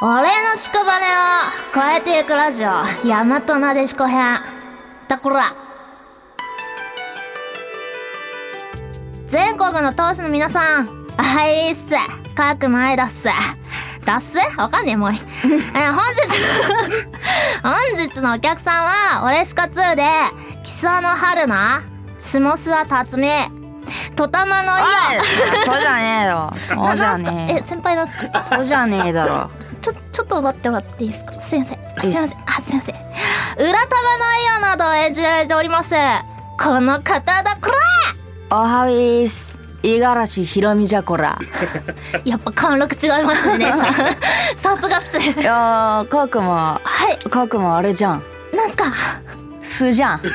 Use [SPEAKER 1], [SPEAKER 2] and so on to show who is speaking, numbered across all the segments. [SPEAKER 1] 俺の屍を変えていくラジオ、大和なでしこ編。だこら。全国の投資の皆さん、あいっす。かくまいだっす。だっすわかんねえ、もうい。えー本日の、 本日のお客さんは、俺しか2で、木曽の春菜、下諏訪辰巳、とたまの
[SPEAKER 2] おいそうじゃねえよそうじ
[SPEAKER 1] な
[SPEAKER 2] ゃ
[SPEAKER 1] んすか え、
[SPEAKER 2] ね
[SPEAKER 1] 先輩なんすか
[SPEAKER 2] えそうじゃねえだろ
[SPEAKER 1] ちょ、ちょっと待ってもらっていいですかすいません。す
[SPEAKER 2] い
[SPEAKER 1] い
[SPEAKER 2] いっ
[SPEAKER 1] ますせん。あ、すいません。裏玉のイオなどを演じられております。この方だ、こ
[SPEAKER 2] おはウィース五十嵐ひろみじゃこ
[SPEAKER 1] ら
[SPEAKER 2] ら
[SPEAKER 1] やっぱ貫禄違います ね。ささすがっす。
[SPEAKER 2] いやーカークも
[SPEAKER 1] はい。
[SPEAKER 2] カークもあれじゃん
[SPEAKER 1] なんすか
[SPEAKER 2] 素じゃんよ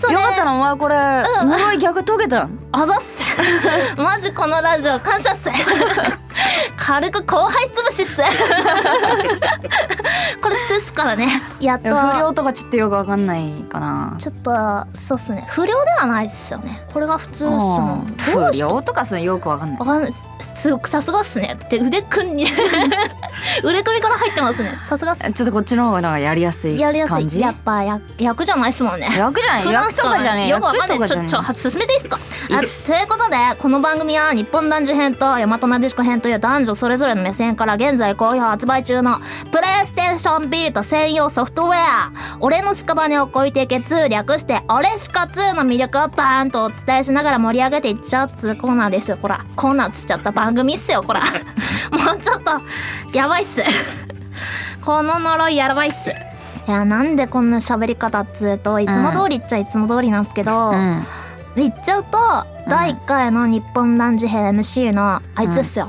[SPEAKER 1] それ
[SPEAKER 2] かったなお前これ
[SPEAKER 1] うん
[SPEAKER 2] 呪い逆解けたん
[SPEAKER 1] あざっす。マジこのラジオ感謝っす。軽く後輩潰しっす。これすっすからね。やっ
[SPEAKER 2] いや不
[SPEAKER 1] と。
[SPEAKER 2] 良とかちょっとよくわかんないかな
[SPEAKER 1] ちょっと、そうっすね。不良ではないっすよね。これが普通っすも
[SPEAKER 2] あ
[SPEAKER 1] ん。
[SPEAKER 2] ー不良とかそういうのよくわかんない
[SPEAKER 1] わかんないすすごくさすがっすねって腕組 んに腕組みから入ってますねさすがっす
[SPEAKER 2] ちょっとこっちの方がなんかやりやすい
[SPEAKER 1] やりやす
[SPEAKER 2] 感じ
[SPEAKER 1] いやっぱ役役じゃないっすもんね
[SPEAKER 2] 役じゃない役とかじゃねえ
[SPEAKER 1] よくわか
[SPEAKER 2] 役
[SPEAKER 1] んな
[SPEAKER 2] と
[SPEAKER 1] いち
[SPEAKER 2] かじ
[SPEAKER 1] ょ
[SPEAKER 2] ゃね
[SPEAKER 1] ちょ
[SPEAKER 2] え
[SPEAKER 1] 進めていいっすかあ
[SPEAKER 2] いいっ
[SPEAKER 1] と
[SPEAKER 2] す
[SPEAKER 1] いうことでこの番組は日本男児編と大和なでしこ編という男女それぞれの目線から現在好評発売中のプレイステーションビータ専用ソフトウェア「俺の屍を超えていけ2」略して「俺しか2」の魅力をバーンとお伝えしながら盛り上げていっちゃうっつうコーナーですよこらコーナーつっちゃった番組っすよこら もうちょっとやばいっす この呪いやばいっすいやなんでこんな喋り方っつうといつも通りっちゃいつも通りなんすけど、
[SPEAKER 2] うん
[SPEAKER 1] 言っちゃうと、第1回の日本男児編 MC のあいつっすよ、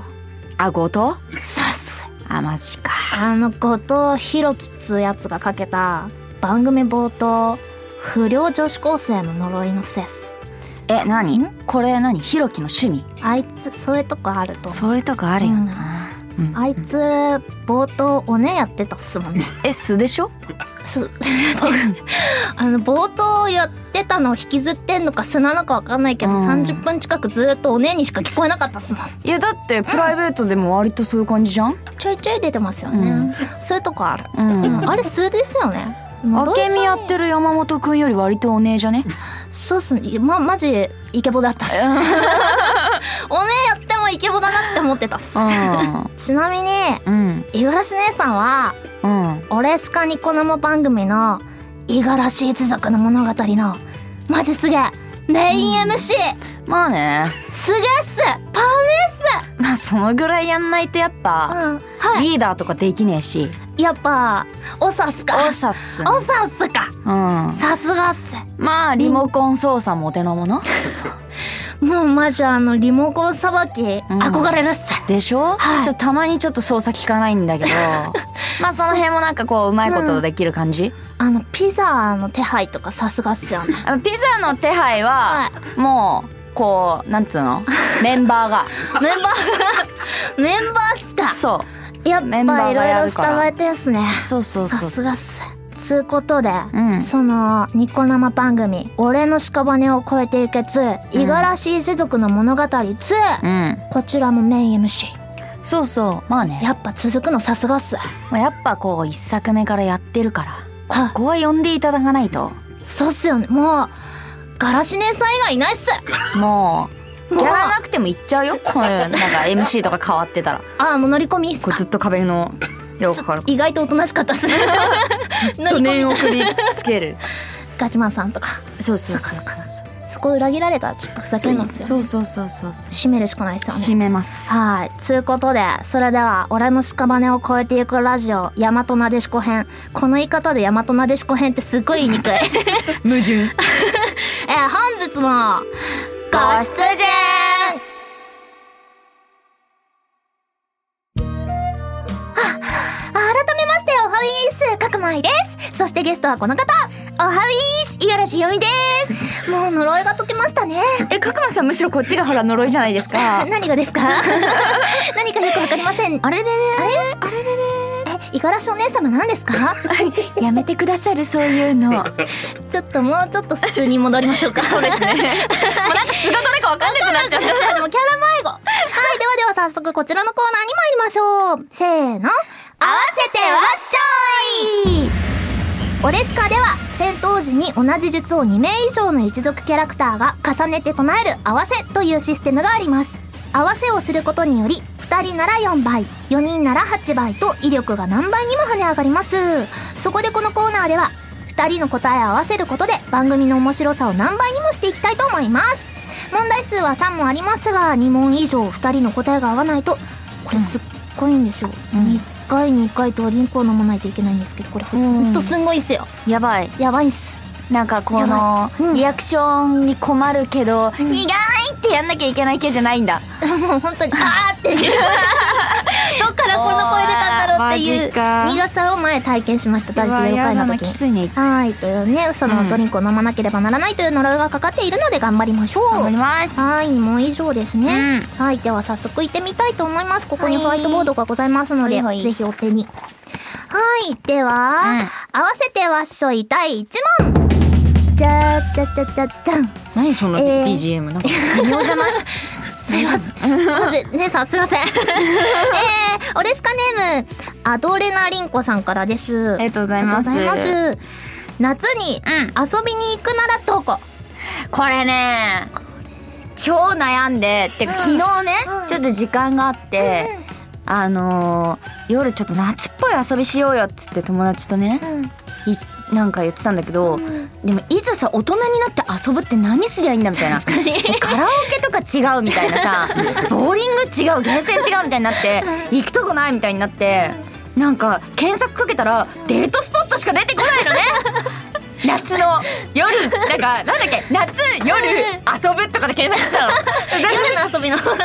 [SPEAKER 2] あ後藤
[SPEAKER 1] さっす
[SPEAKER 2] あマジか
[SPEAKER 1] あの後藤弘樹っつうやつがかけた番組冒頭不良女子高生の呪いのせいっす
[SPEAKER 2] え何
[SPEAKER 1] ん
[SPEAKER 2] これ何ひろきの趣味
[SPEAKER 1] あいつそういうとこあると思う
[SPEAKER 2] そういうとこあるよな、うん
[SPEAKER 1] あいつ冒頭おねやってたっすもんね
[SPEAKER 2] え素でしょ
[SPEAKER 1] す あの冒頭やってたのを引きずってんのか素なのかわかんないけど、
[SPEAKER 2] うん
[SPEAKER 1] 30分近くずっとおねにしか聞こえなかったっすもん
[SPEAKER 2] いやだってプライベートでも割とそういう感じじゃん
[SPEAKER 1] ちょいちょい出てますよね、
[SPEAKER 2] うん
[SPEAKER 1] そういうとこある
[SPEAKER 2] うん、
[SPEAKER 1] うんあれ数ですよね。
[SPEAKER 2] あけみやってる山本くんより割とお姉じゃね
[SPEAKER 1] そうっすね。ま、マジ、イケボだったっす。おねえやってもイケボだなって思ってたっす
[SPEAKER 2] う。ん
[SPEAKER 1] ちなみに、
[SPEAKER 2] うん
[SPEAKER 1] 五十嵐姉さんは、
[SPEAKER 2] うん
[SPEAKER 1] 俺しかニコ生番組の、五十嵐一族の物語の、マジすげえ、メイン MC、
[SPEAKER 2] まあね
[SPEAKER 1] すげえっすパ
[SPEAKER 2] まあそのぐらいやんないとやっぱ、
[SPEAKER 1] ンうん。はい。
[SPEAKER 2] リーダーとかできねえし
[SPEAKER 1] やっぱ、おさっすか。
[SPEAKER 2] おさっすね
[SPEAKER 1] おさっすか。
[SPEAKER 2] うん
[SPEAKER 1] さすがっす。
[SPEAKER 2] まあリモコン操作もお手の物
[SPEAKER 1] もうマジあの、リモコンさばき、憧れるっす。
[SPEAKER 2] でしょ、
[SPEAKER 1] はい
[SPEAKER 2] ちょっとたまにちょっと操作効かないんだけ どまあその辺もなんかこううまいことできる感じ、
[SPEAKER 1] あのピザの手配とかさすがっすよ ね。
[SPEAKER 2] あのピザの手配
[SPEAKER 1] は
[SPEAKER 2] はもうこうなんつう のメンバーが
[SPEAKER 1] メンバーメンバーっすか。
[SPEAKER 2] そ
[SPEAKER 1] やっ
[SPEAKER 2] メンバ
[SPEAKER 1] ぱ
[SPEAKER 2] ー
[SPEAKER 1] い
[SPEAKER 2] が
[SPEAKER 1] ろい
[SPEAKER 2] や
[SPEAKER 1] ろ
[SPEAKER 2] るから
[SPEAKER 1] 従えてっすね。
[SPEAKER 2] うそうそうそ
[SPEAKER 1] さ
[SPEAKER 2] う
[SPEAKER 1] すがっす。つうことで、
[SPEAKER 2] うん
[SPEAKER 1] そのニコ生番組「俺の屍を越えていけつ五十嵐一族の物語2」
[SPEAKER 2] うん
[SPEAKER 1] こちらもメイン MC
[SPEAKER 2] そうそうまあねや,、
[SPEAKER 1] やっぱ続くのさすがっす
[SPEAKER 2] まあ、やっぱこう一作目からやってるから
[SPEAKER 1] あ
[SPEAKER 2] ここは呼んでいただかないと
[SPEAKER 1] そうっすよねもうガラシ姉さん以外いない っす
[SPEAKER 2] もう
[SPEAKER 1] もう
[SPEAKER 2] やらなくても行っちゃうよこういうなんか MC とか変わってたら
[SPEAKER 1] ああもう乗り込みっす
[SPEAKER 2] こう
[SPEAKER 1] か
[SPEAKER 2] ずっと壁の横からこ
[SPEAKER 1] 意外とおとなしかったっす 乗
[SPEAKER 2] う
[SPEAKER 1] り込み
[SPEAKER 2] 念
[SPEAKER 1] じ
[SPEAKER 2] を
[SPEAKER 1] ゃん
[SPEAKER 2] 送りつける
[SPEAKER 1] ガチマンさんとか
[SPEAKER 2] そうそ
[SPEAKER 1] そ
[SPEAKER 2] うそう
[SPEAKER 1] っか
[SPEAKER 2] そ
[SPEAKER 1] そっ
[SPEAKER 2] う
[SPEAKER 1] かそこ裏切られたらちょっとふざけんのっすよ、ね、
[SPEAKER 2] うそうそうそうそう
[SPEAKER 1] 締めるしかないっすよ
[SPEAKER 2] 締
[SPEAKER 1] ね
[SPEAKER 2] めます
[SPEAKER 1] はいつうことでそれでは「俺の屍を越えていくラジオ大和なでしこ編」この言い方で大和なでしこ編ってすっごい言いにくいえ
[SPEAKER 2] 矛盾
[SPEAKER 1] ー本日もご出演あ改めましておはウィース角舞ですそしてゲストはこの方おはウィース五十嵐よみですもう呪いが解けましたね
[SPEAKER 2] え角間さんむしろこっちがほら呪いじゃないです か
[SPEAKER 1] 何がです か何かよくわかりませんあれれれあれれれえ五十嵐お姉様何ですか
[SPEAKER 2] やめてくださるそういうの もうなんか
[SPEAKER 1] ちょっともうちょっと素に戻りましょうか そうですね
[SPEAKER 2] 素がどれか分かんなくなっちゃ
[SPEAKER 1] でもキャラ迷子
[SPEAKER 2] っ
[SPEAKER 1] はいではでは早速こちらのコーナーに参りましょうせーの合わせてわっしょいオレシカでは戦闘時に同じ術を2名以上の一族キャラクターが重ねて唱える合わせというシステムがあります合わせをすることにより2人なら4倍4人なら8倍と威力が何倍にも跳ね上がりますそこでこのコーナーでは2人の答えを合わせることで番組の面白さを何倍にもしていきたいと思います問題数は3問ありますが2問以上2人の答えが合わないとこれすっごいんですよ、
[SPEAKER 2] うん
[SPEAKER 1] 1回に1回とリンクを飲まないといけないんですけどこれほんとすんごいっすよ
[SPEAKER 2] やばい
[SPEAKER 1] やばいっす
[SPEAKER 2] なんかこ
[SPEAKER 1] や
[SPEAKER 2] の
[SPEAKER 1] ばいうん
[SPEAKER 2] リアクションに困るけど「
[SPEAKER 1] ん
[SPEAKER 2] 意外!」ってやんなきゃいけない系じゃないんだ
[SPEAKER 1] もう本当にあーっていう どっからこんな声出たんだろうっていう
[SPEAKER 2] おーマジか
[SPEAKER 1] 苦さを前体験しました第0回の時に
[SPEAKER 2] いね
[SPEAKER 1] はいというね嘘のドリンクを飲まなければならないという呪いがかかっているので頑張りましょう、
[SPEAKER 2] 頑張ります
[SPEAKER 1] はいもう以上ですね、
[SPEAKER 2] う
[SPEAKER 1] はいでは早速行ってみたいと思いますここに
[SPEAKER 2] はい
[SPEAKER 1] ホワイトボードがございますので、
[SPEAKER 2] はいはい
[SPEAKER 1] ぜひお手にはいでは、合わせてわっしょい第1問じゃじゃじゃじゃじゃん
[SPEAKER 2] 何その
[SPEAKER 1] えー
[SPEAKER 2] BGM なんか微妙じゃない
[SPEAKER 1] すいません。まず、姉さんすいません。えー、オレシカネーム、アドレナリンコさんからです。
[SPEAKER 2] ありがとうございます
[SPEAKER 1] ありがとうございます。夏に
[SPEAKER 2] うん
[SPEAKER 1] 遊びに行くならどこ
[SPEAKER 2] これね超悩んでってか
[SPEAKER 1] うん
[SPEAKER 2] 昨日ね、
[SPEAKER 1] うん
[SPEAKER 2] ちょっと時間があって、あのー夜ちょっと夏っぽい遊びしようよっつって友達とね
[SPEAKER 1] うん。
[SPEAKER 2] いなんか言ってたんだけど、
[SPEAKER 1] うん
[SPEAKER 2] でもいざさ大人になって遊ぶって何すりゃいいんだみたいな
[SPEAKER 1] 確かに。
[SPEAKER 2] カラオケとか違うみたいなさ ボーリング違うゲーセン違うみたいになって行くとこないみたいになってなんか検索かけたらデートスポットしか出てこない のね夏の夜なんかなんだっけ夏夜遊ぶとかで検索したの
[SPEAKER 1] 夜の遊びの。
[SPEAKER 2] そうも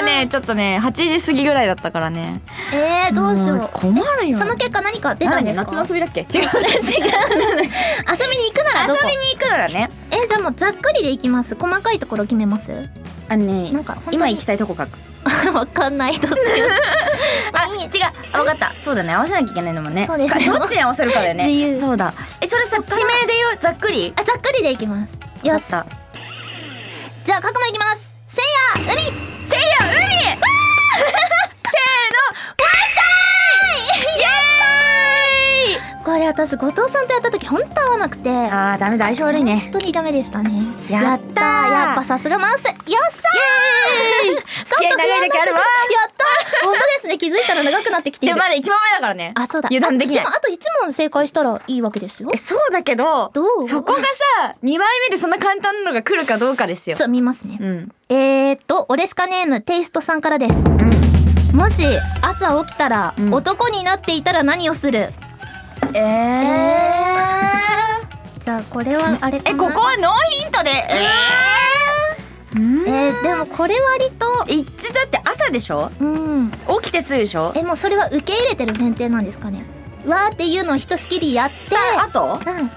[SPEAKER 2] うねちょっとね8時過ぎぐらいだったからね
[SPEAKER 1] えー、どうしよ
[SPEAKER 2] も
[SPEAKER 1] う。
[SPEAKER 2] 困るよ
[SPEAKER 1] その結果何か出たんです
[SPEAKER 2] なんだっ
[SPEAKER 1] か
[SPEAKER 2] け夏の遊びだっけ違う
[SPEAKER 1] 遊びに行くならどこ
[SPEAKER 2] 遊びに行くならね
[SPEAKER 1] えー、じゃあもうざっくりで行きます。細かいところ決めます
[SPEAKER 2] あのね
[SPEAKER 1] なんか本当に
[SPEAKER 2] 今行きたいとこ書く
[SPEAKER 1] たわかんないどうしよう。
[SPEAKER 2] あ、違う。分かった。そうだね。合わせなきゃいけないのもね。
[SPEAKER 1] そうですよ
[SPEAKER 2] どっちに合わせるかだよね。
[SPEAKER 1] 自由
[SPEAKER 2] そうだ。え、それさ、地名で言う、ざっくり。
[SPEAKER 1] あざっくりで行きます。よし。
[SPEAKER 2] わかっ
[SPEAKER 1] じゃあ角も行きますせいや海
[SPEAKER 2] たせいや、海。せーの。ワイサイ。イエー
[SPEAKER 1] これ私後藤さんとやった時本当合わなくて
[SPEAKER 2] イ。あー、ダメだ。相性悪い
[SPEAKER 1] 本
[SPEAKER 2] ね。
[SPEAKER 1] 当にダメでしたね
[SPEAKER 2] やったー
[SPEAKER 1] ややっぱさすがマウスよっしゃー付
[SPEAKER 2] き合い長いだけあるわ
[SPEAKER 1] やったー本当ですね気づいたら長くなってきてい
[SPEAKER 2] で
[SPEAKER 1] る
[SPEAKER 2] もまだ一問目だからね。
[SPEAKER 1] あそうだ
[SPEAKER 2] 油断できない
[SPEAKER 1] あもあと一問正解したらいいわけですよ
[SPEAKER 2] え、そうだけど、
[SPEAKER 1] どう
[SPEAKER 2] そこがさ、2枚目でそんな簡単なのが来るかどうかですよ。
[SPEAKER 1] そう見ますね、
[SPEAKER 2] うん。
[SPEAKER 1] えーっとオレシカネームテイストさんからですもし朝起きたら、
[SPEAKER 2] うん
[SPEAKER 1] 男になっていたら何をする
[SPEAKER 2] え
[SPEAKER 1] え
[SPEAKER 2] ー。
[SPEAKER 1] じゃあこれはあれか
[SPEAKER 2] え、
[SPEAKER 1] な
[SPEAKER 2] ここはノーヒントで。えー。うん
[SPEAKER 1] えー、でもこれ割と
[SPEAKER 2] 一だって朝でしょ
[SPEAKER 1] うん
[SPEAKER 2] 起きてすぐでしょ
[SPEAKER 1] えもうそれは受け入れてる前提なんですかねわーっていうのをひとしきりやって
[SPEAKER 2] あと
[SPEAKER 1] うん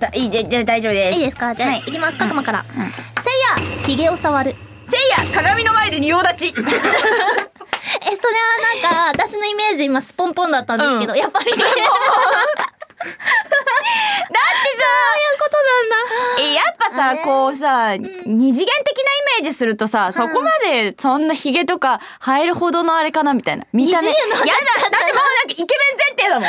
[SPEAKER 2] だいいでじゃあ大丈夫です
[SPEAKER 1] いいですかじゃあ、、
[SPEAKER 2] はい
[SPEAKER 1] きます角間から、
[SPEAKER 2] ん
[SPEAKER 1] せいやひげを触る
[SPEAKER 2] せいや鏡の前で仁王立 ち
[SPEAKER 1] えそれはなんか私のイメージ今スポンポンだったんですけど、
[SPEAKER 2] うん
[SPEAKER 1] やっぱりねそういうこ
[SPEAKER 2] えやっぱさ、
[SPEAKER 1] あれ
[SPEAKER 2] こうさ、二次元的なイメージするとさ、そこまでそんなヒゲとか生えるほどのあれかなみたいな見た目
[SPEAKER 1] 二次元の
[SPEAKER 2] やだだってもうなんかイケメン前提だもん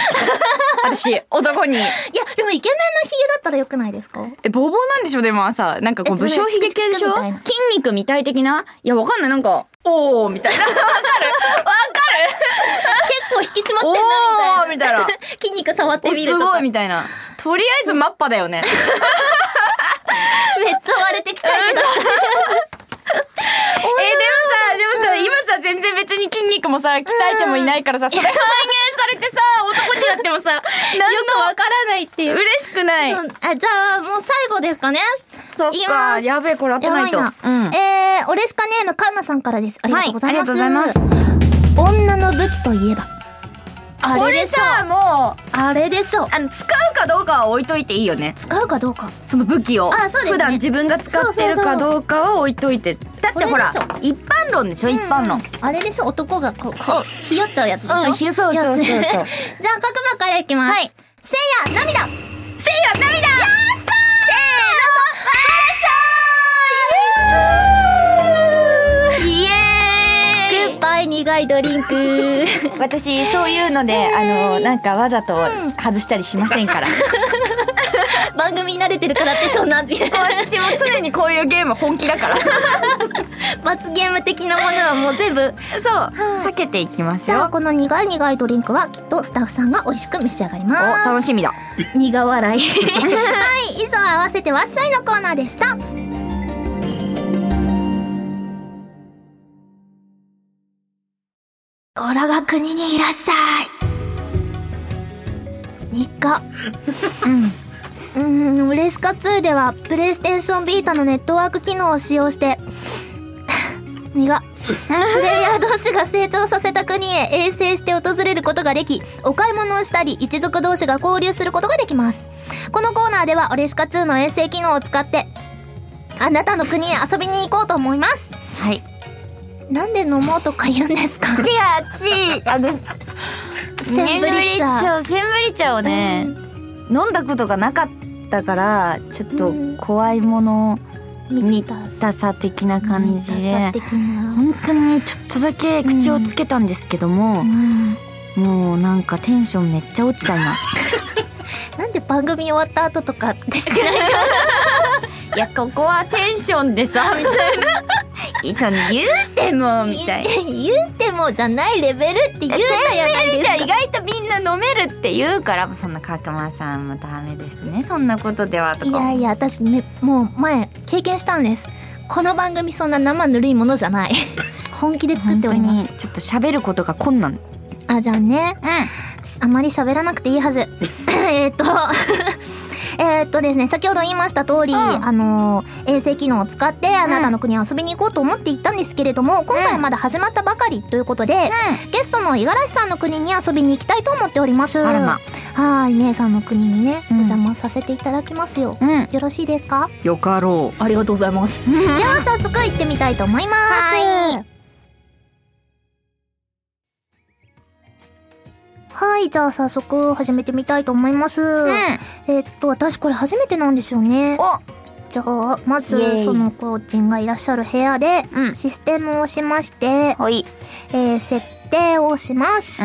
[SPEAKER 2] 私男に
[SPEAKER 1] と なんだいやでもイケメンのひげだったらよくないですか
[SPEAKER 2] えボーボーなんでしょでも朝なんかこう
[SPEAKER 1] えそれ
[SPEAKER 2] 武将ヒゲ系でし
[SPEAKER 1] チクチクみ
[SPEAKER 2] ょ
[SPEAKER 1] たい
[SPEAKER 2] 筋
[SPEAKER 1] な
[SPEAKER 2] 肉みたい的ないやわかんないなんかおーみた いなわかるわ
[SPEAKER 1] 結構引き締まってん
[SPEAKER 2] か
[SPEAKER 1] な
[SPEAKER 2] るおー
[SPEAKER 1] み
[SPEAKER 2] み
[SPEAKER 1] た
[SPEAKER 2] た
[SPEAKER 1] い
[SPEAKER 2] い
[SPEAKER 1] な
[SPEAKER 2] な
[SPEAKER 1] 筋肉触って
[SPEAKER 2] お
[SPEAKER 1] みる
[SPEAKER 2] す
[SPEAKER 1] と
[SPEAKER 2] ご
[SPEAKER 1] か
[SPEAKER 2] いみたいなとりあえずマッパだよね
[SPEAKER 1] めっちゃ割れてきたけど
[SPEAKER 2] えでもさでもさ今さ全然別に筋肉もさ鍛えてもいないからさそれが反映されてさ男になって もさなん
[SPEAKER 1] よくわからないっていう
[SPEAKER 2] 嬉しくない
[SPEAKER 1] そうあじゃあもう最後ですかね
[SPEAKER 2] そ
[SPEAKER 1] いきます
[SPEAKER 2] やべえこれ
[SPEAKER 1] やばいな、
[SPEAKER 2] うん
[SPEAKER 1] えー、オレシカネームカンナさんからですありがとうございます、
[SPEAKER 2] はいありがとうご
[SPEAKER 1] 女の武器といえばあ
[SPEAKER 2] こ
[SPEAKER 1] れ
[SPEAKER 2] れ
[SPEAKER 1] でしょ
[SPEAKER 2] さもう
[SPEAKER 1] あれでしょう
[SPEAKER 2] あの使うかどうかは置いといていいよね
[SPEAKER 1] 使うかどうか
[SPEAKER 2] その武器を
[SPEAKER 1] あそうですね
[SPEAKER 2] 普段自分が使ってるかどうかは置いといてだってほら
[SPEAKER 1] これ
[SPEAKER 2] 一般論でしょ一般論
[SPEAKER 1] うんあれでしょ男がこうこうひよっちゃうやつでしょ、
[SPEAKER 2] うんひよそうそうそうそ
[SPEAKER 1] よ
[SPEAKER 2] う
[SPEAKER 1] し じゃあ角間からいきます、
[SPEAKER 2] はい
[SPEAKER 1] せいや涙
[SPEAKER 2] せいや涙や
[SPEAKER 1] せ
[SPEAKER 2] っーイエーイ
[SPEAKER 1] 苦いドリンク
[SPEAKER 2] 私そういうので、あのなんかわざと外したりしませんから
[SPEAKER 1] 番組に慣れてるからってそんな
[SPEAKER 2] 私も常にこういうゲーム本気だ から
[SPEAKER 1] 罰ゲーム的なものはもう全部
[SPEAKER 2] そう、避けていきます
[SPEAKER 1] じゃあ
[SPEAKER 2] よ
[SPEAKER 1] この苦い苦いドリンクはきっとスタッフさんが美味しく召し上がり
[SPEAKER 2] お
[SPEAKER 1] ま
[SPEAKER 2] 楽しみだ
[SPEAKER 1] す苦 笑いはい以上合わせてわっしょいのコーナーでしたオラが国にいらっしゃい日 課うん、うれしか2ではプレイステーションビータのネットワーク機能を使用して 苦っプレイヤー同士が成長させた国へ衛星して訪れることができお買い物をしたり一族同士が交流することができますこのコーナーではオレシカ2の衛星機能を使ってあなたの国へ遊びに行こうと思います
[SPEAKER 2] はい
[SPEAKER 1] なんで飲もうとか言うんですか
[SPEAKER 2] 違う違うあのセンブリ
[SPEAKER 1] セ
[SPEAKER 2] 茶をセンブリ茶をね、飲んだことがなかったからちょっと怖いもの見
[SPEAKER 1] 見た
[SPEAKER 2] たさ的な感じ
[SPEAKER 1] 見たさ
[SPEAKER 2] で
[SPEAKER 1] 的な、
[SPEAKER 2] 本当にちょっとだけ口をつけたんですけども
[SPEAKER 1] う、ん
[SPEAKER 2] もうなんかテンションめっちゃ落ちた今
[SPEAKER 1] なんで番組終わった後とかってしない
[SPEAKER 2] いやここはテンションでさみ たいなその言うてもみたいな
[SPEAKER 1] 言うてもじゃないレベルって言う たやないです
[SPEAKER 2] じゃ
[SPEAKER 1] か
[SPEAKER 2] あ意外とみんな飲めるって言うからもうそんな角間さんもダメですねそんなことではとか
[SPEAKER 1] いやいや私めもう前経験したんですこの番組そんな生ぬるいものじゃない 本気で作っ
[SPEAKER 2] 本
[SPEAKER 1] てお
[SPEAKER 2] 当
[SPEAKER 1] りま
[SPEAKER 2] に
[SPEAKER 1] す
[SPEAKER 2] ちょっと喋ることが困難
[SPEAKER 1] あじゃあね
[SPEAKER 2] う
[SPEAKER 1] あまり喋らなくていいはず えーっと えーっとですね先ほど言いました通り、
[SPEAKER 2] うん
[SPEAKER 1] あの衛星機能を使ってあなたの国に遊びに行こうと思って行ったんですけれども、今回はまだ始まったばかりということで、ゲストの五十嵐さんの国に遊びに行きたいと思っております
[SPEAKER 2] んあらま
[SPEAKER 1] はーい姉さんの国にね、
[SPEAKER 2] うん
[SPEAKER 1] お邪魔させていただきますよ
[SPEAKER 2] うん
[SPEAKER 1] よろしいですか
[SPEAKER 2] よかろう
[SPEAKER 1] ありがとうございますでは早速行ってみたいと思います
[SPEAKER 2] は
[SPEAKER 1] はいじゃあ早速始めてみたいと思います、
[SPEAKER 2] う
[SPEAKER 1] えっと私これ初めてなんですよね
[SPEAKER 2] お
[SPEAKER 1] じゃあまず
[SPEAKER 2] イエーイ
[SPEAKER 1] そのコーチンがいらっしゃる部屋で
[SPEAKER 2] うん
[SPEAKER 1] システムを押しまして、
[SPEAKER 2] ほい
[SPEAKER 1] えー設定をします、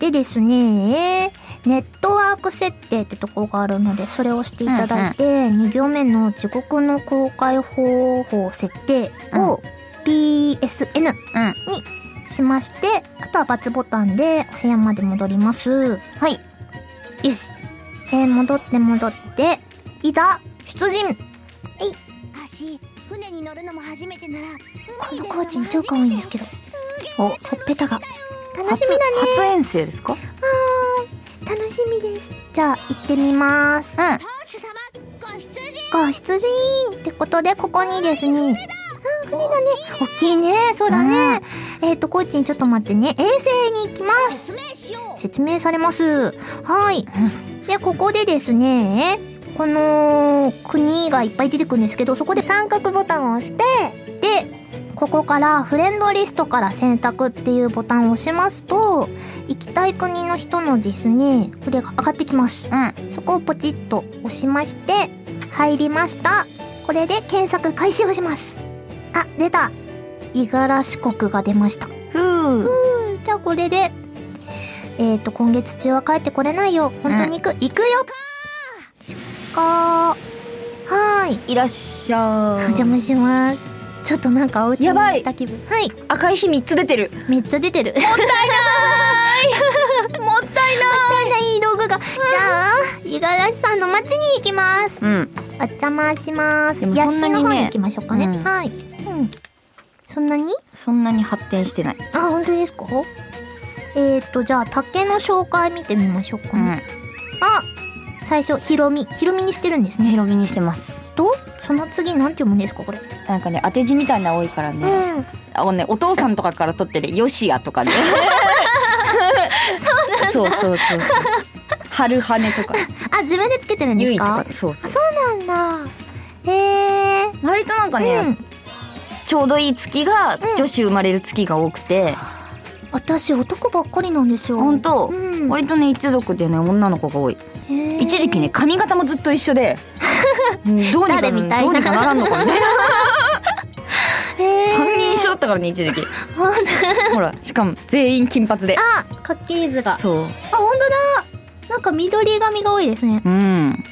[SPEAKER 1] でですね、ネットワーク設定ってとこがあるので、それをしていただいて、2行目の地獄の公開方法設定を PSN
[SPEAKER 2] うん
[SPEAKER 1] しまして、あとは×ボタンで部屋まで戻ります。
[SPEAKER 2] はい
[SPEAKER 1] よし。で、戻って戻って、いざ、出陣
[SPEAKER 3] 橋船に乗るのも初めてなら
[SPEAKER 1] こ
[SPEAKER 3] 海
[SPEAKER 1] の
[SPEAKER 3] で
[SPEAKER 1] コーチン超可愛いんですけど、
[SPEAKER 2] お
[SPEAKER 1] ほっぺたが。楽
[SPEAKER 2] 初
[SPEAKER 1] しみだね。
[SPEAKER 2] 初遠征ですか
[SPEAKER 1] 楽しみです。じゃあ、行ってみます。うん。
[SPEAKER 3] 当主様ご出陣
[SPEAKER 1] か羊ってことでここにですねうん船だね大きいねそうだね、えっ、とコーチンちょっと待ってね衛星に行きます
[SPEAKER 3] 説明しよう
[SPEAKER 1] 説明されますはいでここでですねこの国がいっぱい出てくるんですけどそこで三角ボタンを押してでここからフレンドリストから選択っていうボタンを押しますと行きたい国の人のですねこれが上がってきます
[SPEAKER 2] う
[SPEAKER 1] そこをポチッと押しまして入りましたこれで検索開始をしますあ出た五十嵐国が出ました
[SPEAKER 2] んふう
[SPEAKER 1] うんじゃあこれでえっ、と今月中は帰ってこれないよ本当に行く、行くよそっかーはーい
[SPEAKER 2] いらっしゃ
[SPEAKER 1] お邪魔しますちょっとなんかお家に
[SPEAKER 2] やばい
[SPEAKER 1] 行った気分はい
[SPEAKER 2] 赤い日三つ出てる
[SPEAKER 1] めっちゃ出てるもったいない もったいないもったいないいい道具がじゃあ五十嵐さんの町に行きます
[SPEAKER 2] うん
[SPEAKER 1] お邪魔します。
[SPEAKER 2] でも
[SPEAKER 1] 屋
[SPEAKER 2] そ
[SPEAKER 1] 敷
[SPEAKER 2] んなに
[SPEAKER 1] の
[SPEAKER 2] ね
[SPEAKER 1] 方に行きましょうかね。
[SPEAKER 2] うん
[SPEAKER 1] はい。うん。そんなに？
[SPEAKER 2] そんなに発展してない
[SPEAKER 1] あ、本当ですか？えっ、ー、とじゃあ竹の紹介見てみましょうか、ねあ、最初ひろみ、ひろみにしてるんですね。
[SPEAKER 2] 広めにしてます
[SPEAKER 1] とその次なんて読むんですかこれ？
[SPEAKER 2] なんかね当て字みたいなの多いから
[SPEAKER 1] う
[SPEAKER 2] ね、
[SPEAKER 1] ん。
[SPEAKER 2] あのねお父さんとかから取ってるよしやとかね そうなんだそうそうそう春羽とか
[SPEAKER 1] あ、自分でつけてるんで
[SPEAKER 2] ゆ
[SPEAKER 1] す
[SPEAKER 2] いと
[SPEAKER 1] か
[SPEAKER 2] か？そうそう
[SPEAKER 1] そうなんだ。へー。
[SPEAKER 2] 割となんかね、
[SPEAKER 1] うん、
[SPEAKER 2] ちょうどいい月が、
[SPEAKER 1] ん
[SPEAKER 2] 女子生まれる月が多くて、
[SPEAKER 1] 私男ばっかりなんですよ。
[SPEAKER 2] 本当
[SPEAKER 1] うん。
[SPEAKER 2] 割とね一族でね女の子が多い
[SPEAKER 1] へー
[SPEAKER 2] 一時期ね。髪型もずっと一 緒でどうにか
[SPEAKER 1] 誰みたいな
[SPEAKER 2] どうにかならんのかみたいな
[SPEAKER 1] へー
[SPEAKER 2] 三人一緒だったからね一時 期ほらしかも全員金髪で
[SPEAKER 1] あカッケーズがあ
[SPEAKER 2] そう
[SPEAKER 1] 本当だなんか緑髪が多いですね
[SPEAKER 2] うん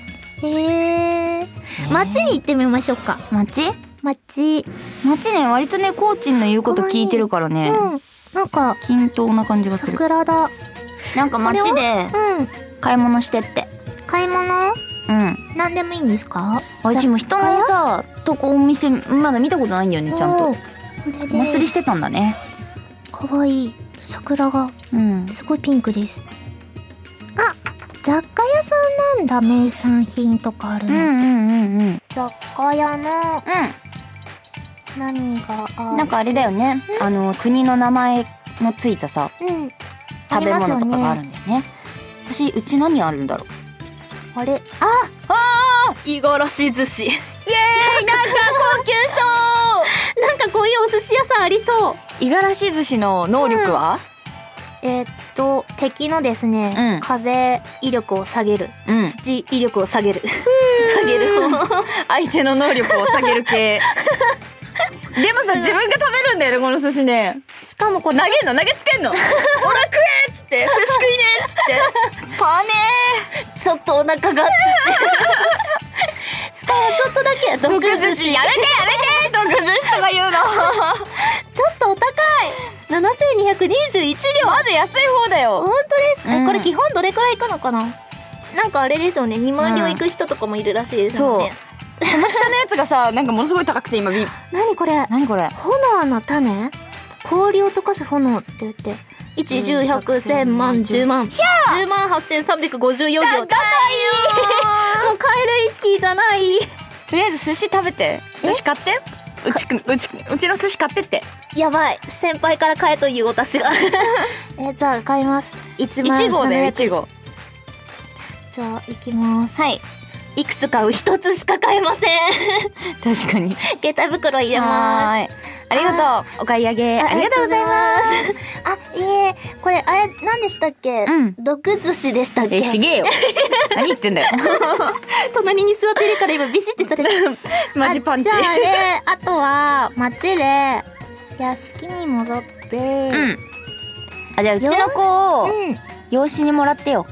[SPEAKER 1] へえ街に行ってみましょうか
[SPEAKER 2] 町
[SPEAKER 1] 街
[SPEAKER 2] 町ね割とねコーチンの言うこと聞いてるからね
[SPEAKER 1] うんなんか
[SPEAKER 2] 均等な感じがする
[SPEAKER 1] 桜だ
[SPEAKER 2] なんか街で
[SPEAKER 1] うん
[SPEAKER 2] 買い物してって
[SPEAKER 1] 買い物
[SPEAKER 2] うん
[SPEAKER 1] なんでもいいんですか
[SPEAKER 2] 私も人のさとこお店まだ見たことないんだよねちゃん
[SPEAKER 1] お
[SPEAKER 2] と
[SPEAKER 1] ーこれ
[SPEAKER 2] お祭り
[SPEAKER 1] で
[SPEAKER 2] してたんだね
[SPEAKER 1] かわいい桜が
[SPEAKER 2] うん
[SPEAKER 1] すごいピンクですあ雑貨屋さんなんだ名産品とかある
[SPEAKER 2] うんう
[SPEAKER 1] の、
[SPEAKER 2] んうんうん
[SPEAKER 1] 雑貨屋の
[SPEAKER 2] う
[SPEAKER 1] 何があ
[SPEAKER 2] んなんかあれだよねあの国の名前のついたさ
[SPEAKER 1] うん
[SPEAKER 2] 食べ物とかがあ
[SPEAKER 1] りますよね
[SPEAKER 2] るんだよね私うち何あるんだろう
[SPEAKER 1] あれあ
[SPEAKER 2] イゴロシ寿司
[SPEAKER 1] 高級そう なんかこういうお寿司屋さんありそう
[SPEAKER 2] イガラシ寿司の能力は
[SPEAKER 1] えーっと敵のですね、
[SPEAKER 2] うん
[SPEAKER 1] 風威力を下げる
[SPEAKER 2] うん
[SPEAKER 1] 土威力を下げる
[SPEAKER 2] 下げる方相手の能力を下げ る系でもさ自分が食べるんだよねこの寿司ね
[SPEAKER 1] しかもこ
[SPEAKER 2] 投
[SPEAKER 1] れ
[SPEAKER 2] げんの投げつけんのほら食えっつって寿司食いねっつってパ
[SPEAKER 1] ちょっとお腹が しかもちょっとだけ毒
[SPEAKER 2] ネー毒寿司やめてやめて毒寿司とか言うの
[SPEAKER 1] ちょっとお高い7221両
[SPEAKER 2] まず安い方だ
[SPEAKER 1] 本
[SPEAKER 2] よ
[SPEAKER 1] 当ですか、
[SPEAKER 2] うん
[SPEAKER 1] これ基本どれくらいいくのかななんかあれですよね2万両
[SPEAKER 2] うん
[SPEAKER 1] 行く人とかもいるらしいですよね、
[SPEAKER 2] この下のやつがさなんかものすごい高くて今ビ
[SPEAKER 1] 何これ
[SPEAKER 2] 何これ
[SPEAKER 1] 炎の種氷を溶かす炎って言って1 1 0 1 0 0 1000万10万10万8354行もうカエルきじゃない
[SPEAKER 2] とりあえず寿司食べて寿司買ってうちくうちうちの寿司買ってって
[SPEAKER 1] やばい先輩から買えという私が えじゃあ買います1万
[SPEAKER 2] 一号だよ
[SPEAKER 1] 700
[SPEAKER 2] 一号
[SPEAKER 1] じゃあ行きます
[SPEAKER 2] はい
[SPEAKER 1] いくつ買う一つしか買えませ ん
[SPEAKER 2] 確かに
[SPEAKER 1] 下駄袋入れます
[SPEAKER 2] はーいありがとうお買い上げありがとうございます
[SPEAKER 1] す。あ、いえ、これ、あれ、何でしたっけ
[SPEAKER 2] うん
[SPEAKER 1] 毒寿司でしたっ
[SPEAKER 2] えちげえ よ何言ってんだよ
[SPEAKER 1] 隣に座ってるから今ビシってされ た。
[SPEAKER 2] マジパンチ
[SPEAKER 1] あじゃあね、あとは、街で、屋敷に戻って、
[SPEAKER 2] うんあじゃあうちの子を
[SPEAKER 1] うん
[SPEAKER 2] 養子にもらってよ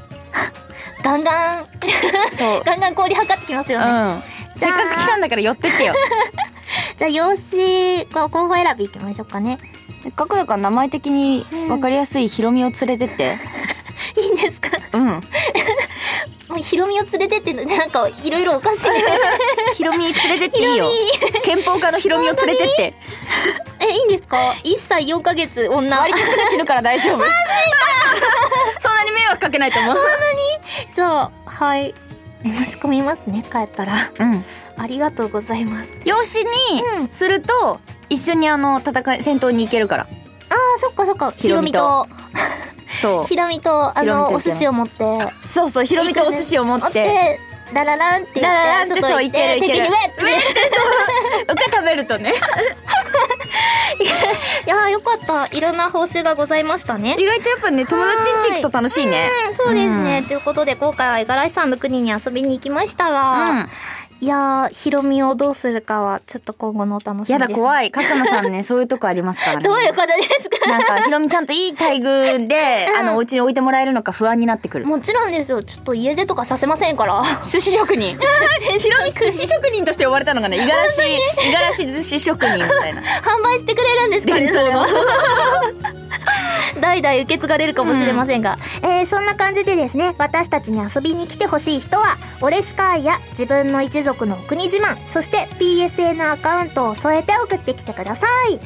[SPEAKER 1] ガンガン、
[SPEAKER 2] そう
[SPEAKER 1] ガンガン氷測ってきますよね。
[SPEAKER 2] んせっかく来たんだから寄ってってよ
[SPEAKER 1] じゃあ、用紙、こう候補選びいきましょうかね。
[SPEAKER 2] せっかくだから名前的に分かりやすいヒロミを連れてって
[SPEAKER 1] いいんですか
[SPEAKER 2] うん
[SPEAKER 1] もうヒロミを連れてって、なんか、いろいろおかしい。
[SPEAKER 2] ヒロミ連れてっていいよ憲法家のヒロミを連れてって
[SPEAKER 1] え、いいんですか ?1 歳4ヶ月、女。
[SPEAKER 2] 割とすぐ死ぬから大丈夫マジかそんなに迷惑かけないと思う
[SPEAKER 1] じゃあ、はい。申し込みますね、帰ったら。
[SPEAKER 2] うん
[SPEAKER 1] ありがとうございます。
[SPEAKER 2] 養子
[SPEAKER 1] う
[SPEAKER 2] に
[SPEAKER 1] ん
[SPEAKER 2] すると一緒にあの戦い戦闘に行けるから
[SPEAKER 1] ああ、そっかそっか。
[SPEAKER 2] ひ
[SPEAKER 1] ひ
[SPEAKER 2] ろ
[SPEAKER 1] ろ
[SPEAKER 2] み
[SPEAKER 1] み
[SPEAKER 2] と
[SPEAKER 1] と、
[SPEAKER 2] そう
[SPEAKER 1] ひろみと、あ
[SPEAKER 2] ひろみと
[SPEAKER 1] の、
[SPEAKER 2] 行
[SPEAKER 1] お
[SPEAKER 2] くよね
[SPEAKER 1] 寿司を持って、
[SPEAKER 2] そうそうヒロミとお寿司を持
[SPEAKER 1] 持
[SPEAKER 2] っ
[SPEAKER 1] ってて、ララランって言って、
[SPEAKER 2] ララランってそう
[SPEAKER 1] 外行って
[SPEAKER 2] いけるいける
[SPEAKER 1] 敵にウェッって。
[SPEAKER 2] 僕が食べるとね
[SPEAKER 1] いやー、よかった。いろんな報酬がございましたね。
[SPEAKER 2] 意外とやっぱね友達んち行くと楽しいね
[SPEAKER 1] うん、そうですね。
[SPEAKER 2] うん
[SPEAKER 1] ということで、今回は五十嵐さんの国に遊びに行きましたが、
[SPEAKER 2] う
[SPEAKER 1] いやー、ひろみをどうするかは、ちょっと今後のお楽しみです、
[SPEAKER 2] んやだ
[SPEAKER 1] い。
[SPEAKER 2] 怖い角野さ んねそういうとこありますからね
[SPEAKER 1] どういうことですか
[SPEAKER 2] なんかひろみちゃんといい待遇で、あのお家に置いてもらえるのか不安になってくる
[SPEAKER 1] もちろんですよ。ちょっと家出とかさせません から。
[SPEAKER 2] 寿司職人ひろみ寿司職人として呼ばれたのがね 五十嵐五十嵐寿司職人みたいな
[SPEAKER 1] 販売してくれるんですかね
[SPEAKER 2] 伝統の
[SPEAKER 1] 代々受け継がれるかもしれませんが、えーそんな感じでですね私たちに遊びに来てほしい人は「俺しかい」や自分の一族のお国自慢そして PSN アカウントを添えて送ってきてください以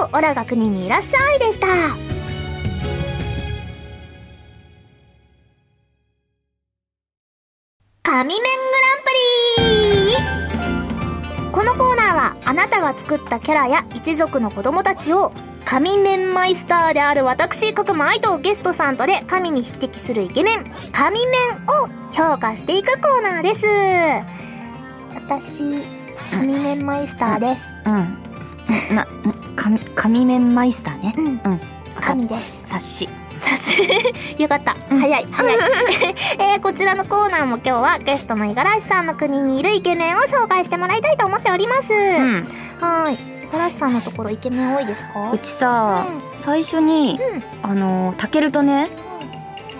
[SPEAKER 1] 上「オラが国にいらっしゃい」でした神面グランプリこのコーナーはあなたが作ったキャラや一族の子供たちを神面マイスターである私角間愛とゲストさんとで神に匹敵するイケメン神面を評価していくコーナーです私神面マイスターです
[SPEAKER 2] うんな紙紙面マイスターね
[SPEAKER 1] うん
[SPEAKER 2] うん
[SPEAKER 1] 神です
[SPEAKER 2] 冊子
[SPEAKER 1] さす よかった早い早い、 えーこちらのコーナーも今日はゲストの五十嵐さんの国にいるイケメンを紹介してもらいたいと思っております、
[SPEAKER 2] うん
[SPEAKER 1] はーい。嵐さんのところイケメン多いですか
[SPEAKER 2] うちさ、最初に、あのタケルとね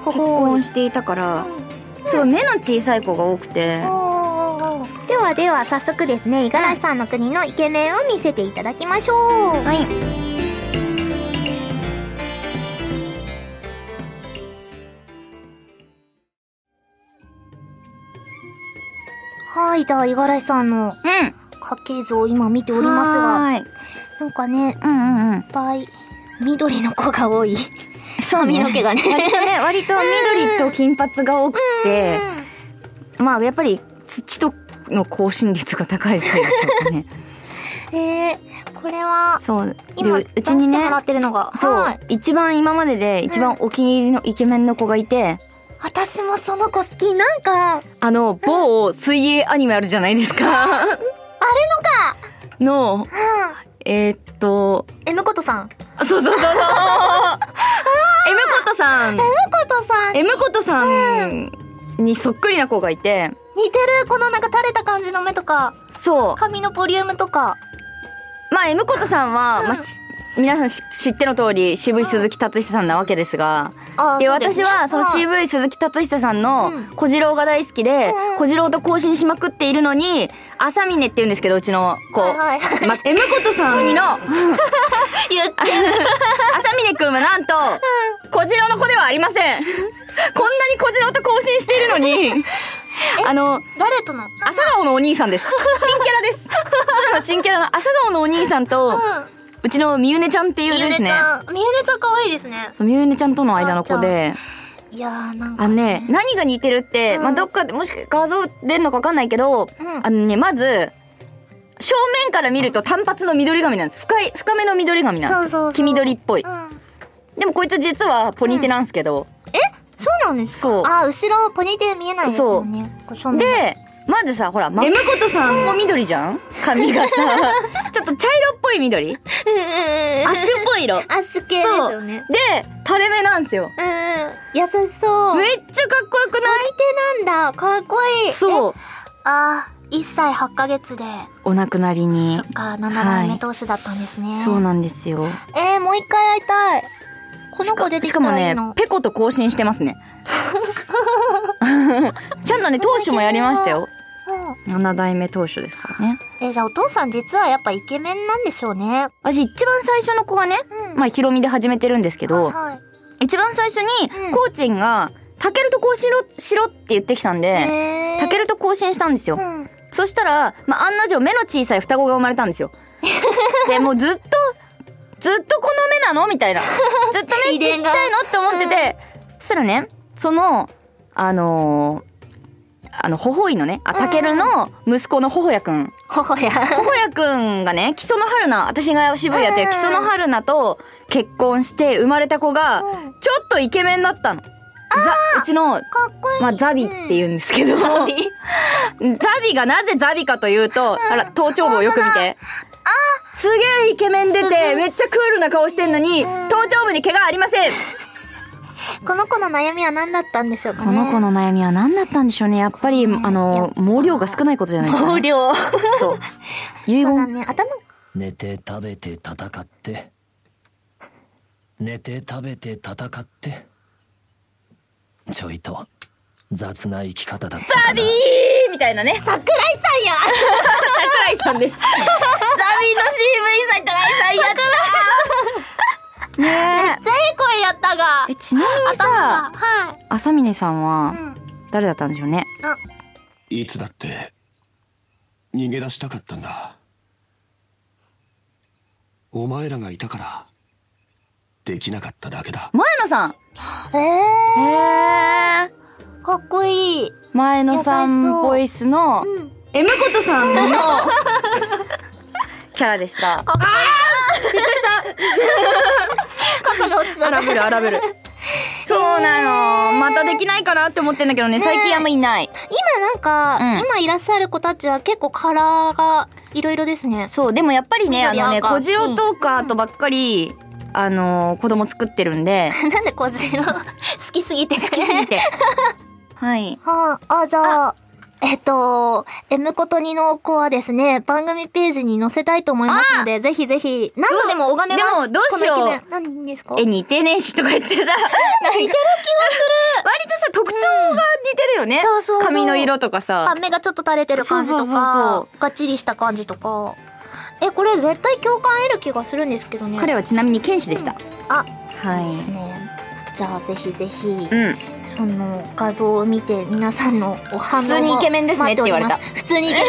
[SPEAKER 2] 結婚していたから、すごい目の小さい子が多くて、
[SPEAKER 4] ではでは早速ですね五十嵐さんの国のイケメンを見せていただきましょう、
[SPEAKER 2] はい
[SPEAKER 1] はいじゃあ五十嵐さんの
[SPEAKER 2] うん
[SPEAKER 1] 家系図を今見ておりますが
[SPEAKER 2] はーい
[SPEAKER 1] なんかねいっ
[SPEAKER 2] うんうんうん
[SPEAKER 1] ぱい緑の子が多い
[SPEAKER 2] そう
[SPEAKER 1] 髪の毛がね
[SPEAKER 2] 割とね割と緑と金髪が多くて、まあやっぱり土との更新率が高いからでしょう かね
[SPEAKER 1] えー、これは
[SPEAKER 2] そう
[SPEAKER 1] 今
[SPEAKER 2] でうちに
[SPEAKER 1] 出して
[SPEAKER 2] ね
[SPEAKER 1] もらってるのが
[SPEAKER 2] そう、
[SPEAKER 1] はい
[SPEAKER 2] 一番今までで一番お気に入りのイケメンの子がいて、
[SPEAKER 1] 私もその子好きなんか
[SPEAKER 2] あの某水泳アニメあるじゃないですかあれのかのえー、っと
[SPEAKER 1] M ことさん
[SPEAKER 2] あそうそうそうそう M ことさん M
[SPEAKER 1] ことさん
[SPEAKER 2] M ことさんにそっくりな子がいて
[SPEAKER 1] 似てるこのなんか垂れた感じの目とか
[SPEAKER 2] そう
[SPEAKER 1] 髪のボリュームとか
[SPEAKER 2] まあ M ことさんは、まあ、し皆さんし知っての通り渋い鈴木達久さんなわけですが、
[SPEAKER 1] あー
[SPEAKER 2] で
[SPEAKER 1] そうす
[SPEAKER 2] 私
[SPEAKER 1] ね
[SPEAKER 2] はその
[SPEAKER 1] はい
[SPEAKER 2] 渋い鈴木達久さん
[SPEAKER 1] う
[SPEAKER 2] の
[SPEAKER 1] ん
[SPEAKER 2] 小次郎が大好きで、
[SPEAKER 1] うん
[SPEAKER 2] 小次郎と交信しまくっているのに朝峰って言うんですけどうちの子、
[SPEAKER 1] はいはい
[SPEAKER 2] ま、M ことさんの朝
[SPEAKER 1] 言って
[SPEAKER 2] 峰くんはなんと小次郎の子ではありませんこんなに小次郎と交信しているのにあの
[SPEAKER 1] 誰との
[SPEAKER 2] 朝顔のお兄さんです新キャラですただの新キャラの朝顔のお兄さんと、うちのみゆねちゃんっていう
[SPEAKER 1] みゆ
[SPEAKER 2] で
[SPEAKER 1] ね
[SPEAKER 2] す
[SPEAKER 1] ち
[SPEAKER 2] ね
[SPEAKER 1] ゃんみゆねちゃん可愛いですね
[SPEAKER 2] そうみゆねちゃんとの間の子で
[SPEAKER 1] いやーなんか
[SPEAKER 2] あのね何が似てるって、まあどっかでもしか画像出るのか分かんないけど、あのねまず正面から見ると単発の緑髪なんです深い深めの緑髪なんですよ
[SPEAKER 4] そうそうそう
[SPEAKER 2] 黄緑っぽい、
[SPEAKER 4] ん
[SPEAKER 2] でもこいつ実はポニテなんですけど、
[SPEAKER 1] そうなんです
[SPEAKER 2] そう
[SPEAKER 1] あー後ろポニーテール見えないですもんねこう正面
[SPEAKER 2] でまずさほらまむことさんも緑じゃん髪がさちょっと茶色っぽい緑アッシュっぽい色
[SPEAKER 1] アッシュ系ですよね
[SPEAKER 2] で垂れ目なんです
[SPEAKER 1] う
[SPEAKER 2] よ
[SPEAKER 1] ん優しそう
[SPEAKER 2] め
[SPEAKER 1] 見
[SPEAKER 2] っちゃかっこよくない
[SPEAKER 1] てなんだかっこいい
[SPEAKER 2] そう
[SPEAKER 1] あー1歳8ヶ月で
[SPEAKER 2] お亡くなりに
[SPEAKER 1] か7代目投手だったんですね、
[SPEAKER 2] そうなんですよ
[SPEAKER 1] えー、もう一回会いたいこの子出て
[SPEAKER 2] し
[SPEAKER 1] き
[SPEAKER 2] か
[SPEAKER 1] た
[SPEAKER 2] も
[SPEAKER 1] らい
[SPEAKER 2] ね
[SPEAKER 1] いの
[SPEAKER 2] ペコと交信し てますねちゃんとね投手もやりましたよ7代目投手ですからね
[SPEAKER 1] うん、えーじゃあお父さん実はやっぱイケメンなんでしょうね
[SPEAKER 2] 私一番最初の子がね、まあヒロミで始めてるんですけど、
[SPEAKER 1] はい
[SPEAKER 2] 一番最初に、コーチンが「タケルと交信しろしろ」って言ってきたんで
[SPEAKER 1] え
[SPEAKER 2] タケルと交信したんですよ、
[SPEAKER 1] ん
[SPEAKER 2] そしたら、まあ、案の定目の小さい双子が生まれたんですよでもうずっとずっとこの目なのみたいなずっと目ちっちゃいのって思ってて、そしたらねそのあのーあのほほいのねあたけるの息子のほほやくん
[SPEAKER 1] ほほや
[SPEAKER 2] ほほやくんがね木曽の春菜私が渋谷やってる木曽の春菜と結婚して生まれた子がちょっとイケメンだったの。ザうちの
[SPEAKER 1] かっこいい
[SPEAKER 2] まあ、ザビって言うんですけど、ザ ビがなぜザビかというと、あら頭頂部をよく見てすげえイケメン出てめっちゃクールな顔してんのに頭頂部に毛がありません
[SPEAKER 1] この子の悩みは何だったんでしょうかね
[SPEAKER 2] この子の悩みは何だったんでしょうねやっぱり、あの毛量が少ないことじゃないですか、ね、
[SPEAKER 1] 量
[SPEAKER 2] ち ょっと遺
[SPEAKER 1] そうだ
[SPEAKER 2] 言
[SPEAKER 1] ね頭
[SPEAKER 5] 寝て食べて戦って寝て食べて戦ってちょいと雑な生き方だったかな
[SPEAKER 2] ザビーみたいなね桜井さんや桜井さんですザビの CV 桜井さんやったね
[SPEAKER 1] じゃいい声やったが
[SPEAKER 2] えちなみにさ
[SPEAKER 1] 頭がは
[SPEAKER 2] 朝峰さんは誰だったんでしょうね、
[SPEAKER 6] いつだって逃げ出したかったんだお前らがいたからできなかっただけだ
[SPEAKER 2] 前野さん
[SPEAKER 1] いえ
[SPEAKER 2] へえ
[SPEAKER 1] ー、かっこいい
[SPEAKER 2] 前野さんボイスの M ことさんのキャラでしたあ
[SPEAKER 1] 傘が落ちちゃった
[SPEAKER 2] ぶる荒ぶるそうなのまたできないかなって思ってんだけどね最近あんまいない
[SPEAKER 1] 今なんか、
[SPEAKER 2] うん
[SPEAKER 1] 今いらっしゃる子たちは結構カラーがいろいろですね
[SPEAKER 2] そうでもやっぱりねあ
[SPEAKER 1] 緑
[SPEAKER 2] のね
[SPEAKER 1] 赤
[SPEAKER 2] 小次郎トーカーとばっかりあの子供作ってるん で
[SPEAKER 1] なんでこ っちの好きすぎて好き
[SPEAKER 2] 好きすぎてはい
[SPEAKER 1] ああじゃあえっと、M こと2の子はですね、番組ページに載せたいと思いますので、ぜひぜひ、何度でも拝めます。
[SPEAKER 2] うわでもどうしよう
[SPEAKER 1] このイケメン何ですか
[SPEAKER 2] え、似てねえしとか言ってさ。似てる 気がする。割とさ、特徴が似てるよね。
[SPEAKER 1] そうそうそう
[SPEAKER 2] 髪の色とか
[SPEAKER 1] あ
[SPEAKER 2] さ。
[SPEAKER 1] 目がちょっと垂れてる感じとか
[SPEAKER 2] そうそうそう
[SPEAKER 1] がっちりした感じとかえこれ絶対共感得る気がするんですけどね
[SPEAKER 2] 彼はちなみに剣士でした。
[SPEAKER 1] あ
[SPEAKER 2] はい。
[SPEAKER 1] ねじゃあぜひぜひ、
[SPEAKER 2] うん。
[SPEAKER 1] その画像を見て皆さんのお反応を
[SPEAKER 2] 普通にイケメンですねって言われた
[SPEAKER 1] 待っております普通 にイケ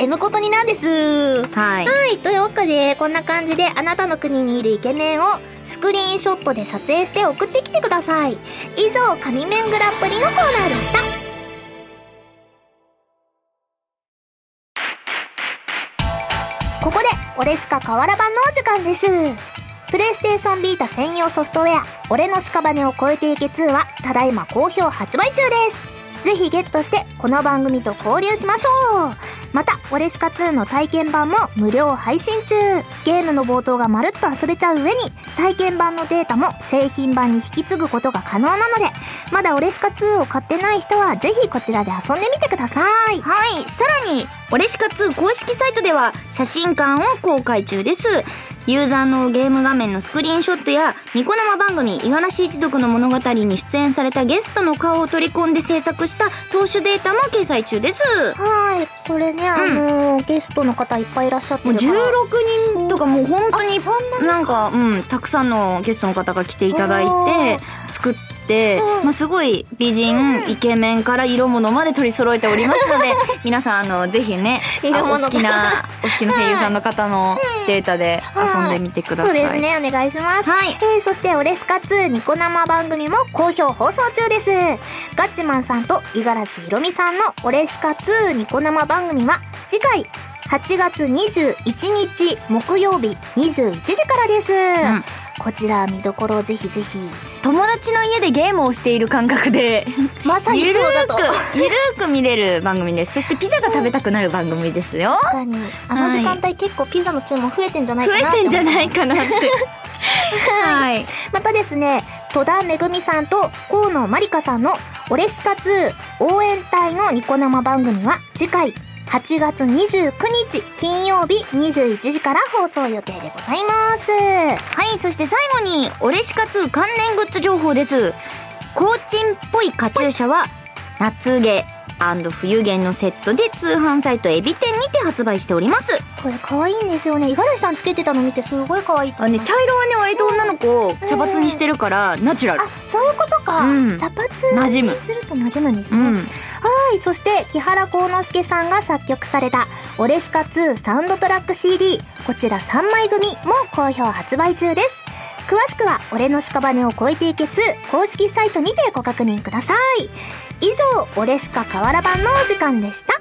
[SPEAKER 1] メン M ことになんです
[SPEAKER 2] はい。
[SPEAKER 1] はい、というわけでこんな感じであなたの国にいるイケメンをスクリーンショットで撮影して送ってきてください以上「神面グランプリ」のコーナーでしたここで「俺しか変わらば」のお時間ですプレイステーションビータ専用ソフトウェア「俺の屍を超えていけ2」はただいま好評発売中ですぜひゲットしてこの番組と交流しましょうまた「オレシカ2」の体験版も無料配信中ゲームの冒頭がまるっと遊べちゃう上に体験版のデータも製品版に引き継ぐことが可能なのでまだ「オレシカ2」を買ってない人はぜひこちらで遊んでみてください
[SPEAKER 2] はい、さらに、オレシカ2公式サイトでは写真館を公開中です。ユーザーのゲーム画面のスクリーンショットや、ニコ生番組、五十嵐一族の物語に出演されたゲストの顔を取り込んで制作した投手データも掲載中です。
[SPEAKER 1] はいこれねあのーゲストの方いっぱいいらっしゃって
[SPEAKER 2] もう
[SPEAKER 1] るから
[SPEAKER 2] 16人とかもう本当に
[SPEAKER 1] あそんなに
[SPEAKER 2] なんか、うん、たくさんのゲストの方が来ていただい
[SPEAKER 1] おー
[SPEAKER 2] て作って、
[SPEAKER 1] うん
[SPEAKER 2] まあ、すごい美人、イケメンから色物まで取り揃えておりますの で皆さんあのぜひね
[SPEAKER 1] 色
[SPEAKER 2] あ
[SPEAKER 1] 物
[SPEAKER 2] お好 きなお好きな声優さんの方のデータで遊んでみてくだ
[SPEAKER 1] そ
[SPEAKER 2] さ
[SPEAKER 1] う
[SPEAKER 2] い。
[SPEAKER 1] ですねお願いします
[SPEAKER 2] はい
[SPEAKER 1] えーそして「オレシカ2」ニコ生番組も好評放送中ですガッチマンさんと五十嵐ひろみさんの「オレシカ2」ニコ生番組は次回8月21日木曜日21時からです、こちら見どころをぜひぜひ
[SPEAKER 2] 友達の家でゲームをしている感覚で
[SPEAKER 1] まさに
[SPEAKER 2] ゆ
[SPEAKER 1] そ
[SPEAKER 2] る
[SPEAKER 1] うだと
[SPEAKER 2] ーくゆるーく見れる番組ですそしてピザが食べたくなる番組ですよ。
[SPEAKER 1] 確かにあの時間帯結構ピザの注文増えてんじゃない
[SPEAKER 2] 増
[SPEAKER 1] かな
[SPEAKER 2] え
[SPEAKER 1] って
[SPEAKER 2] て
[SPEAKER 1] 思
[SPEAKER 2] ん
[SPEAKER 1] う
[SPEAKER 2] じゃないか なって。 はい
[SPEAKER 1] またですね戸田恵美さんと河野まりかさんの「オレシカ2」応援隊のニコ生番組は次回8月29日金曜日21時から放送予定でございます
[SPEAKER 2] はい、そして最後に、オレシカ2関連グッズ情報です。コーチンっぽいカチューシャは、夏毛冬毛のセットで通販サイトエビ天にて発売しております。
[SPEAKER 1] これ可愛いんですよね五十嵐さんつけてたの見てすごい可愛いって
[SPEAKER 2] あね、茶色はね、割と女の子を茶髪にしてるから、ナチュラ
[SPEAKER 1] あ
[SPEAKER 2] ル。
[SPEAKER 1] そういうことか、
[SPEAKER 2] うん
[SPEAKER 1] 茶髪
[SPEAKER 2] 馴染む
[SPEAKER 1] にすると馴染むんです
[SPEAKER 2] う
[SPEAKER 1] ね、
[SPEAKER 2] ん。
[SPEAKER 1] はい、そして木原幸之助さんが作曲された「オレシカ2サウンドトラック CD」こちら3枚組も好評発売中です詳しくは「俺の屍を越えていけ2」公式サイトにてご確認ください以上「オレシカ河原版」のお時間でした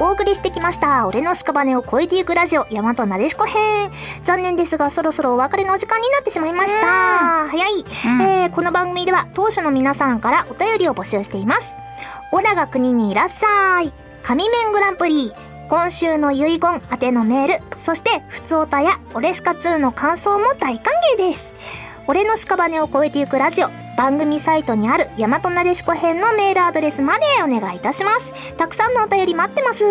[SPEAKER 1] お送りしてきました「俺の屍を越えていくラジオ大和なでしこ編」残念ですがそろそろお別れのお時間になってしまいました早いえーこの番組では当初の皆さんからお便りを募集しています。オラが国にいらっしゃい神面グランプリ今週の遺言宛てのメールそして「ふつおた」や「オレシカ2」の感想も大歓迎です俺の屍を越えてゆくラジオ番組サイトにある大和なでしこ編のメールアドレスまでお願いいたしますたくさんのお便り待ってます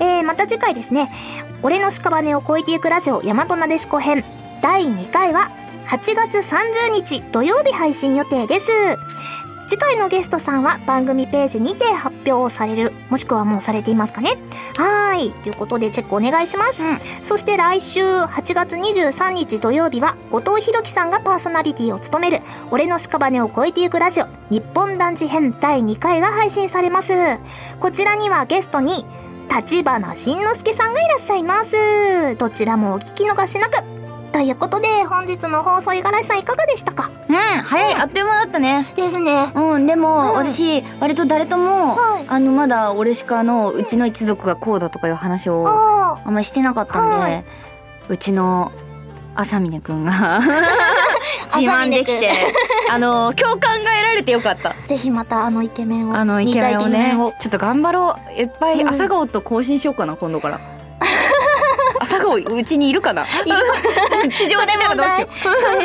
[SPEAKER 1] えー、また次回ですね「俺の屍を越えてゆくラジオ大和なでしこ編」第2回は8月30日土曜日配信予定です次回のゲストさんは番組ページにて発表されるもしくはもうされていますかねはーいということでチェックお願いします、そして来週8月23日土曜日は後藤弘樹さんがパーソナリティを務める「俺の屍を越えてゆくラジオ日本男児編第2回」が配信されますこちらにはゲストに立花慎之介さんがいらっしゃいますどちらもお聞き逃しなくということで本日の放送五十嵐さんいかがでしたか
[SPEAKER 2] うん、早い、あっという間だったね。
[SPEAKER 1] ですね
[SPEAKER 2] うん、でも、私、割と誰とも、
[SPEAKER 1] はい
[SPEAKER 2] あの、まだ、オレシカの、うちの一族がこうだとかいう話を、
[SPEAKER 1] あ
[SPEAKER 2] あんまりしてなかったんで、
[SPEAKER 1] は
[SPEAKER 2] うちの朝峰くん が自慢できてあの共感が得られてよかった
[SPEAKER 1] ーぜひまたあのイケメンを
[SPEAKER 2] あのイケメンを
[SPEAKER 1] 似たイケメ
[SPEAKER 2] ね
[SPEAKER 1] ンを
[SPEAKER 2] ちょっと頑張ろういっぱい
[SPEAKER 1] うん
[SPEAKER 2] 朝顔と更新しようかな今度からあ朝顔うちにいるかな 地上にいたらどうしよう
[SPEAKER 1] は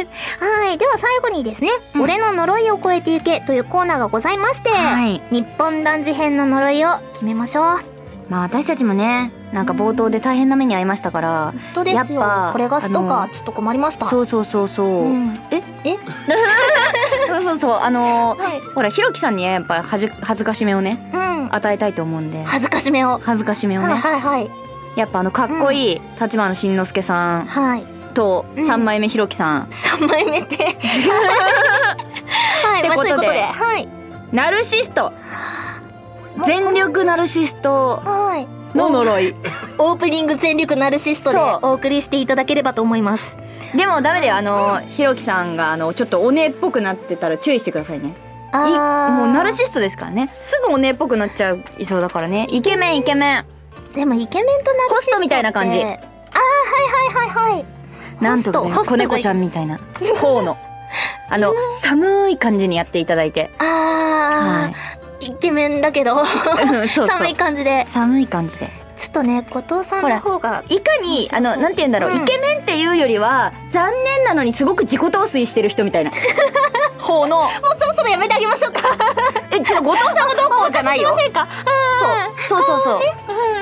[SPEAKER 1] い。では最後にですね、
[SPEAKER 2] うん
[SPEAKER 1] 俺の呪いを超えていけというコーナーがございまして、
[SPEAKER 2] はい
[SPEAKER 1] 日本男児編の呪いを決めましょう。
[SPEAKER 2] まあ私たちもねなんか冒頭で大変な目に遭いましたから、
[SPEAKER 1] 本当ですよ
[SPEAKER 2] やっぱ。
[SPEAKER 1] これがスト
[SPEAKER 2] あ
[SPEAKER 1] か
[SPEAKER 2] の、
[SPEAKER 1] ちょっと困りました。
[SPEAKER 2] そうそうそうそう、
[SPEAKER 1] うん
[SPEAKER 2] え
[SPEAKER 1] え
[SPEAKER 2] そう そうそうあのー
[SPEAKER 1] はい。
[SPEAKER 2] ほらひろきさんにやっぱはじ恥ずかしめをね
[SPEAKER 1] うん。
[SPEAKER 2] 与えたいと思うんで
[SPEAKER 1] 恥ずかしめを。
[SPEAKER 2] 恥ずかしめをね、
[SPEAKER 1] はいはいはい。
[SPEAKER 2] やっぱあのかっこいい立花慎之介さん
[SPEAKER 1] はい。
[SPEAKER 2] と
[SPEAKER 1] うん
[SPEAKER 2] 三枚目ひろ きさん、
[SPEAKER 1] 3枚目で。はい。
[SPEAKER 2] って
[SPEAKER 1] まあ
[SPEAKER 2] こ
[SPEAKER 1] そうい
[SPEAKER 2] とで
[SPEAKER 1] うことで。はい。
[SPEAKER 2] ナルシスト全力ナルシスト
[SPEAKER 1] はい。
[SPEAKER 2] の呪い
[SPEAKER 1] オープニング全力ナルシストで
[SPEAKER 2] そう
[SPEAKER 1] お送りしていただければと思います。
[SPEAKER 2] でもダメだよあのひろきさんがあのちょっとお姉っぽくなってたら注意してくださいね
[SPEAKER 1] あ
[SPEAKER 2] い
[SPEAKER 1] ー
[SPEAKER 2] もうナルシストですからねすぐお姉っぽくなっちゃいそうだからねイケメンイケメン
[SPEAKER 1] でもイケメンとナルシスト
[SPEAKER 2] ホストみたいな感じ
[SPEAKER 1] ってああはいはいはいはい
[SPEAKER 2] なんとか
[SPEAKER 1] ホ
[SPEAKER 2] ね
[SPEAKER 1] ストホスト
[SPEAKER 2] 子
[SPEAKER 1] が
[SPEAKER 2] 猫ちゃんみたいな方のあの寒い感じにやっていただいて
[SPEAKER 1] あ
[SPEAKER 2] は
[SPEAKER 1] あ、イケメンだけど
[SPEAKER 2] い うんそうそ
[SPEAKER 1] 寒
[SPEAKER 2] う
[SPEAKER 1] い感じで
[SPEAKER 2] 寒い感じで
[SPEAKER 1] ちょっとね後藤さんの方が
[SPEAKER 2] いかにあのなんて言うんだろう、
[SPEAKER 1] うん
[SPEAKER 2] イケメンっていうよりは残念なのにすごく自己陶酔してる人み たいな方 の
[SPEAKER 1] もうそろそろやめてあげましょうか
[SPEAKER 2] えちょっと後藤さんほどこうじゃないよ
[SPEAKER 1] しませんか
[SPEAKER 2] そうそうそうそう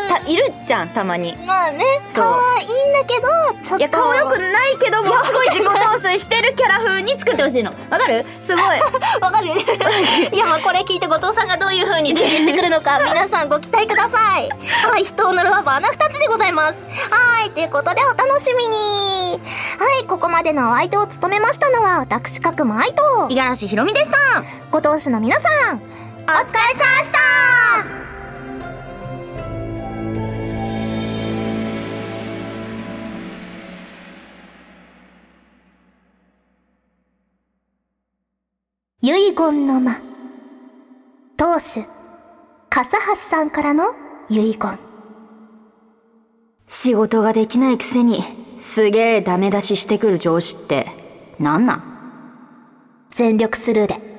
[SPEAKER 2] たいるじゃんたまに
[SPEAKER 1] うんまあね
[SPEAKER 2] そう
[SPEAKER 1] 可愛いんだけどちょっと
[SPEAKER 2] いや顔良くないけどもすごい自己陶酔してるキャラ風に作ってほしいのわかるす ごい
[SPEAKER 1] わかる いやまあこれ聞いて後藤さんがどういう風に準備してくるのか皆さんご期待くださいはい人を呪う穴二つでございますはいということでお楽しみにはいここまでのお相手を務めましたのは私角間愛と
[SPEAKER 2] 五十嵐ひろみでした
[SPEAKER 1] ご当主の皆さんお疲れさまでした
[SPEAKER 4] 遺言の間当主笠橋さんからの遺言
[SPEAKER 2] 仕事ができないくせにすげえダメ出ししてくる上司ってなんなん
[SPEAKER 4] 全力スルーで